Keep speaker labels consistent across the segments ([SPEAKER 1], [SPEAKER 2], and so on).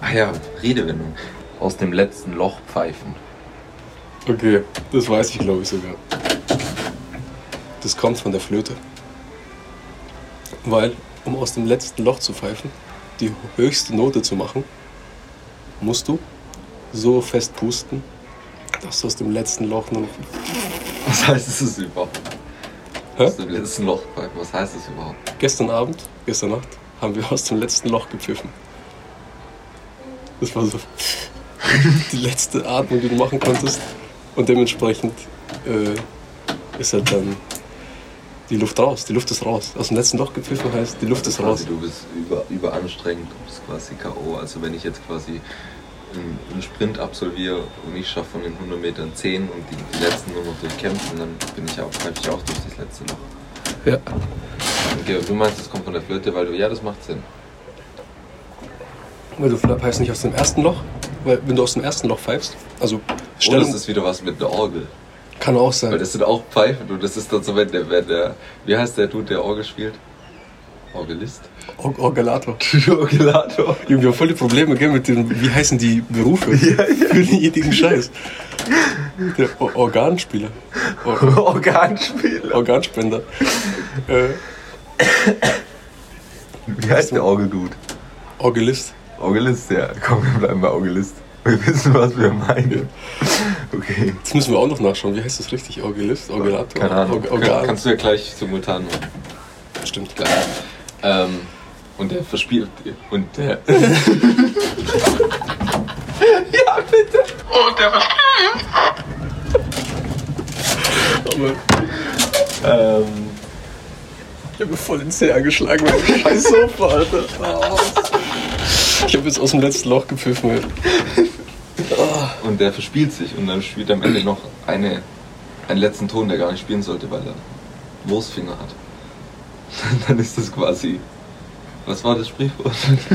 [SPEAKER 1] Ach ja, Redewendung.
[SPEAKER 2] Aus dem letzten Loch pfeifen.
[SPEAKER 3] Okay, das weiß ich glaube ich sogar. Das kommt von der Flöte. Weil, um aus dem letzten Loch zu pfeifen, die höchste Note zu machen, musst du so fest pusten, dass du aus dem letzten Loch nur noch.
[SPEAKER 2] Was heißt es überhaupt?
[SPEAKER 3] Hä?
[SPEAKER 2] Aus dem letzten Loch pfeifen. Was heißt das überhaupt?
[SPEAKER 3] Gestern Abend, gestern Nacht, haben wir aus dem letzten Loch gepfiffen. Das war so die letzte Atmung, die du machen konntest. Und dementsprechend äh, ist halt dann die Luft raus. Die Luft ist raus. Aus dem letzten Loch gepfiffen heißt, die Luft ist
[SPEAKER 2] Also
[SPEAKER 3] raus.
[SPEAKER 2] quasi, Du bist über, überanstrengend, du bist quasi K.O. Also wenn ich jetzt quasi einen, einen Sprint absolviere und ich schaffe von den 100 Metern 10 und die, die letzten nur noch durchkämpfen, dann bin ich auch, pfeife ich auch durch das letzte Loch.
[SPEAKER 3] Ja.
[SPEAKER 2] Okay, aber du meinst, das kommt von der Flöte, weil du, ja, das macht Sinn.
[SPEAKER 3] Weil du pfeifst nicht aus dem ersten Loch, weil wenn du aus dem ersten Loch pfeifst, also
[SPEAKER 2] Oder
[SPEAKER 3] Stellung
[SPEAKER 2] es Oh, ist wieder was mit der Orgel.
[SPEAKER 3] kann auch sein.
[SPEAKER 2] Weil das sind auch Pfeifen und das ist dann so, wenn der, wenn der wie heißt der Dude, der Orgel spielt? Orgelist?
[SPEAKER 3] Or Orgelator.
[SPEAKER 2] Orgelator.
[SPEAKER 3] Junge, Wir haben voll die Probleme, gell, mit den, wie heißen die Berufe? Für den jetzigen Scheiß. Der Or Organspieler. Or
[SPEAKER 2] Organspieler.
[SPEAKER 3] Organspender. Äh,
[SPEAKER 2] Wie heißt der Orgeldude?
[SPEAKER 3] Orgelist.
[SPEAKER 2] Orgelist, ja. Komm, wir bleiben bei Orgelist. Wir wissen, was wir meinen. Okay.
[SPEAKER 3] Das müssen wir auch noch nachschauen. Wie heißt das richtig? Orgelist? Orgelator?
[SPEAKER 2] Keine Ahnung.
[SPEAKER 3] Or Organ.
[SPEAKER 2] Kannst du ja gleich simultan machen.
[SPEAKER 3] Stimmt.
[SPEAKER 2] Klar. Ähm, und der verspielt. Und der.
[SPEAKER 3] Aber
[SPEAKER 2] ähm,
[SPEAKER 3] ich habe mir voll den Zeh angeschlagen mit dem scheiß Sofa, Alter. Ich habe jetzt aus dem letzten Loch gepfiffen. ey.
[SPEAKER 2] und der verspielt sich und dann spielt er am Ende noch eine, einen letzten Ton, der gar nicht spielen sollte, weil er Wurstfinger hat. dann ist das quasi. Was war das Sprichwort?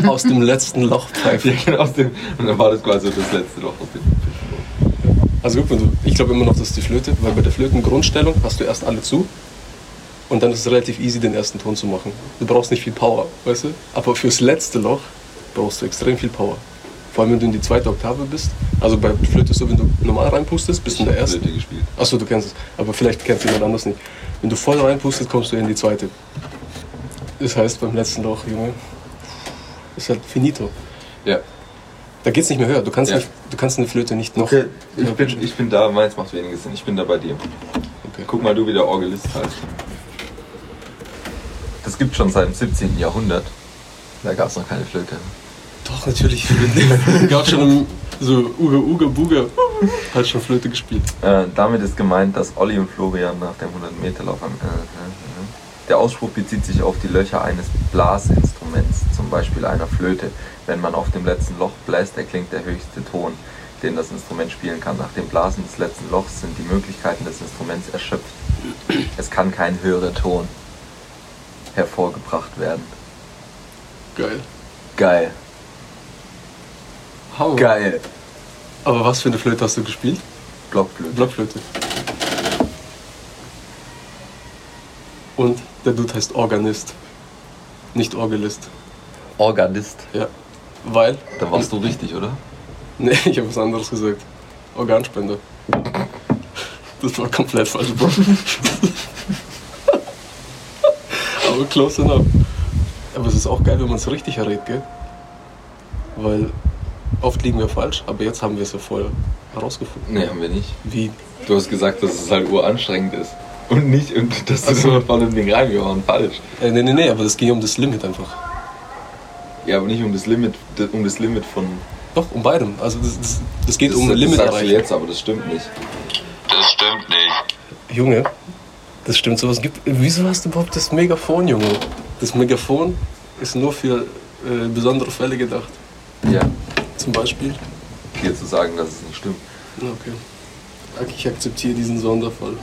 [SPEAKER 3] Aus dem letzten Loch pfeifen.
[SPEAKER 2] ja, genau, aus dem, und dann war das quasi das letzte Loch aus dem Fischloch.
[SPEAKER 3] Also gut, wenn du- ich glaube immer noch, das ist die Flöte, weil bei der Flötengrundstellung hast du erst alle zu und dann ist es relativ easy, den ersten Ton zu machen. Du brauchst nicht viel Power, weißt du? Aber fürs letzte Loch brauchst du extrem viel Power. Vor allem, wenn du in die zweite Oktave bist. Also bei Flöte ist so, wenn du normal reinpustest, bist du in der ersten.
[SPEAKER 2] Flöte gespielt.
[SPEAKER 3] Achso, du kennst es. Aber vielleicht kennt jemand anders nicht. Wenn du voll reinpustest, kommst du in die zweite. Das heißt, beim letzten Loch, Junge, ist halt finito.
[SPEAKER 2] Ja.
[SPEAKER 3] Da geht's nicht mehr höher. Du kannst,
[SPEAKER 2] Ja.
[SPEAKER 3] nicht, du kannst eine Flöte nicht noch.
[SPEAKER 2] Okay, ich bin, ich bin da, meins macht weniger Sinn. Ich bin da bei dir.
[SPEAKER 3] Okay.
[SPEAKER 2] Guck mal, du wie der Orgelist heißt. Das gibt schon seit dem 17. Jahrhundert. Da gab es noch keine Flöte.
[SPEAKER 3] Doch, natürlich. Gab schon so Uga Uga Buga. Hat schon Flöte gespielt.
[SPEAKER 2] Äh, damit ist gemeint, dass Olli und Florian nach dem 100-Meter-Lauf am. Äh, äh, äh. Der Ausspruch bezieht sich auf die Löcher eines Blasinstruments, zum Beispiel einer Flöte. Wenn man auf dem letzten Loch bläst, erklingt der höchste Ton, den das Instrument spielen kann. Nach dem Blasen des letzten Lochs sind die Möglichkeiten des Instruments erschöpft. Es kann kein höherer Ton hervorgebracht werden.
[SPEAKER 3] Geil.
[SPEAKER 2] Geil.
[SPEAKER 3] Hau.
[SPEAKER 2] Geil.
[SPEAKER 3] Aber was für eine Flöte hast du gespielt?
[SPEAKER 2] Blockflöte.
[SPEAKER 3] Blockflöte. Und der Dude heißt Organist. Nicht Orgelist.
[SPEAKER 2] Organist.
[SPEAKER 3] Ja. Weil.
[SPEAKER 2] Da warst du richtig, oder?
[SPEAKER 3] Nee, ich habe was anderes gesagt. Organspender. Das war komplett falsch, Bro. Aber close enough. Aber es ist auch geil, wenn man es richtig errät, gell? Weil oft liegen wir falsch, aber jetzt haben wir es ja voll herausgefunden.
[SPEAKER 2] Nee, haben wir nicht.
[SPEAKER 3] Wie?
[SPEAKER 2] Du hast gesagt, dass es halt uranstrengend ist. Und nicht, und dass du
[SPEAKER 3] Ach so.
[SPEAKER 2] so von dem Ding rein, wir waren falsch.
[SPEAKER 3] Äh, nee, nee, nee, aber es ging um das Limit einfach.
[SPEAKER 2] Ja, aber nicht um das Limit, um das Limit von.
[SPEAKER 3] Doch, um beidem. Also das, das, das geht
[SPEAKER 2] das,
[SPEAKER 3] um
[SPEAKER 2] das
[SPEAKER 3] Limit
[SPEAKER 2] sagst du
[SPEAKER 3] erreichen.
[SPEAKER 2] jetzt, aber das stimmt nicht.
[SPEAKER 4] Das stimmt nicht.
[SPEAKER 3] Junge, das stimmt, sowas gibt. Wieso hast du überhaupt das Megafon, Junge? Das Megafon ist nur für äh, besondere Fälle gedacht.
[SPEAKER 2] Ja,
[SPEAKER 3] Zum Beispiel?
[SPEAKER 2] dir zu sagen, dass es nicht stimmt.
[SPEAKER 3] Okay. Ich akzeptiere diesen Sonderfall.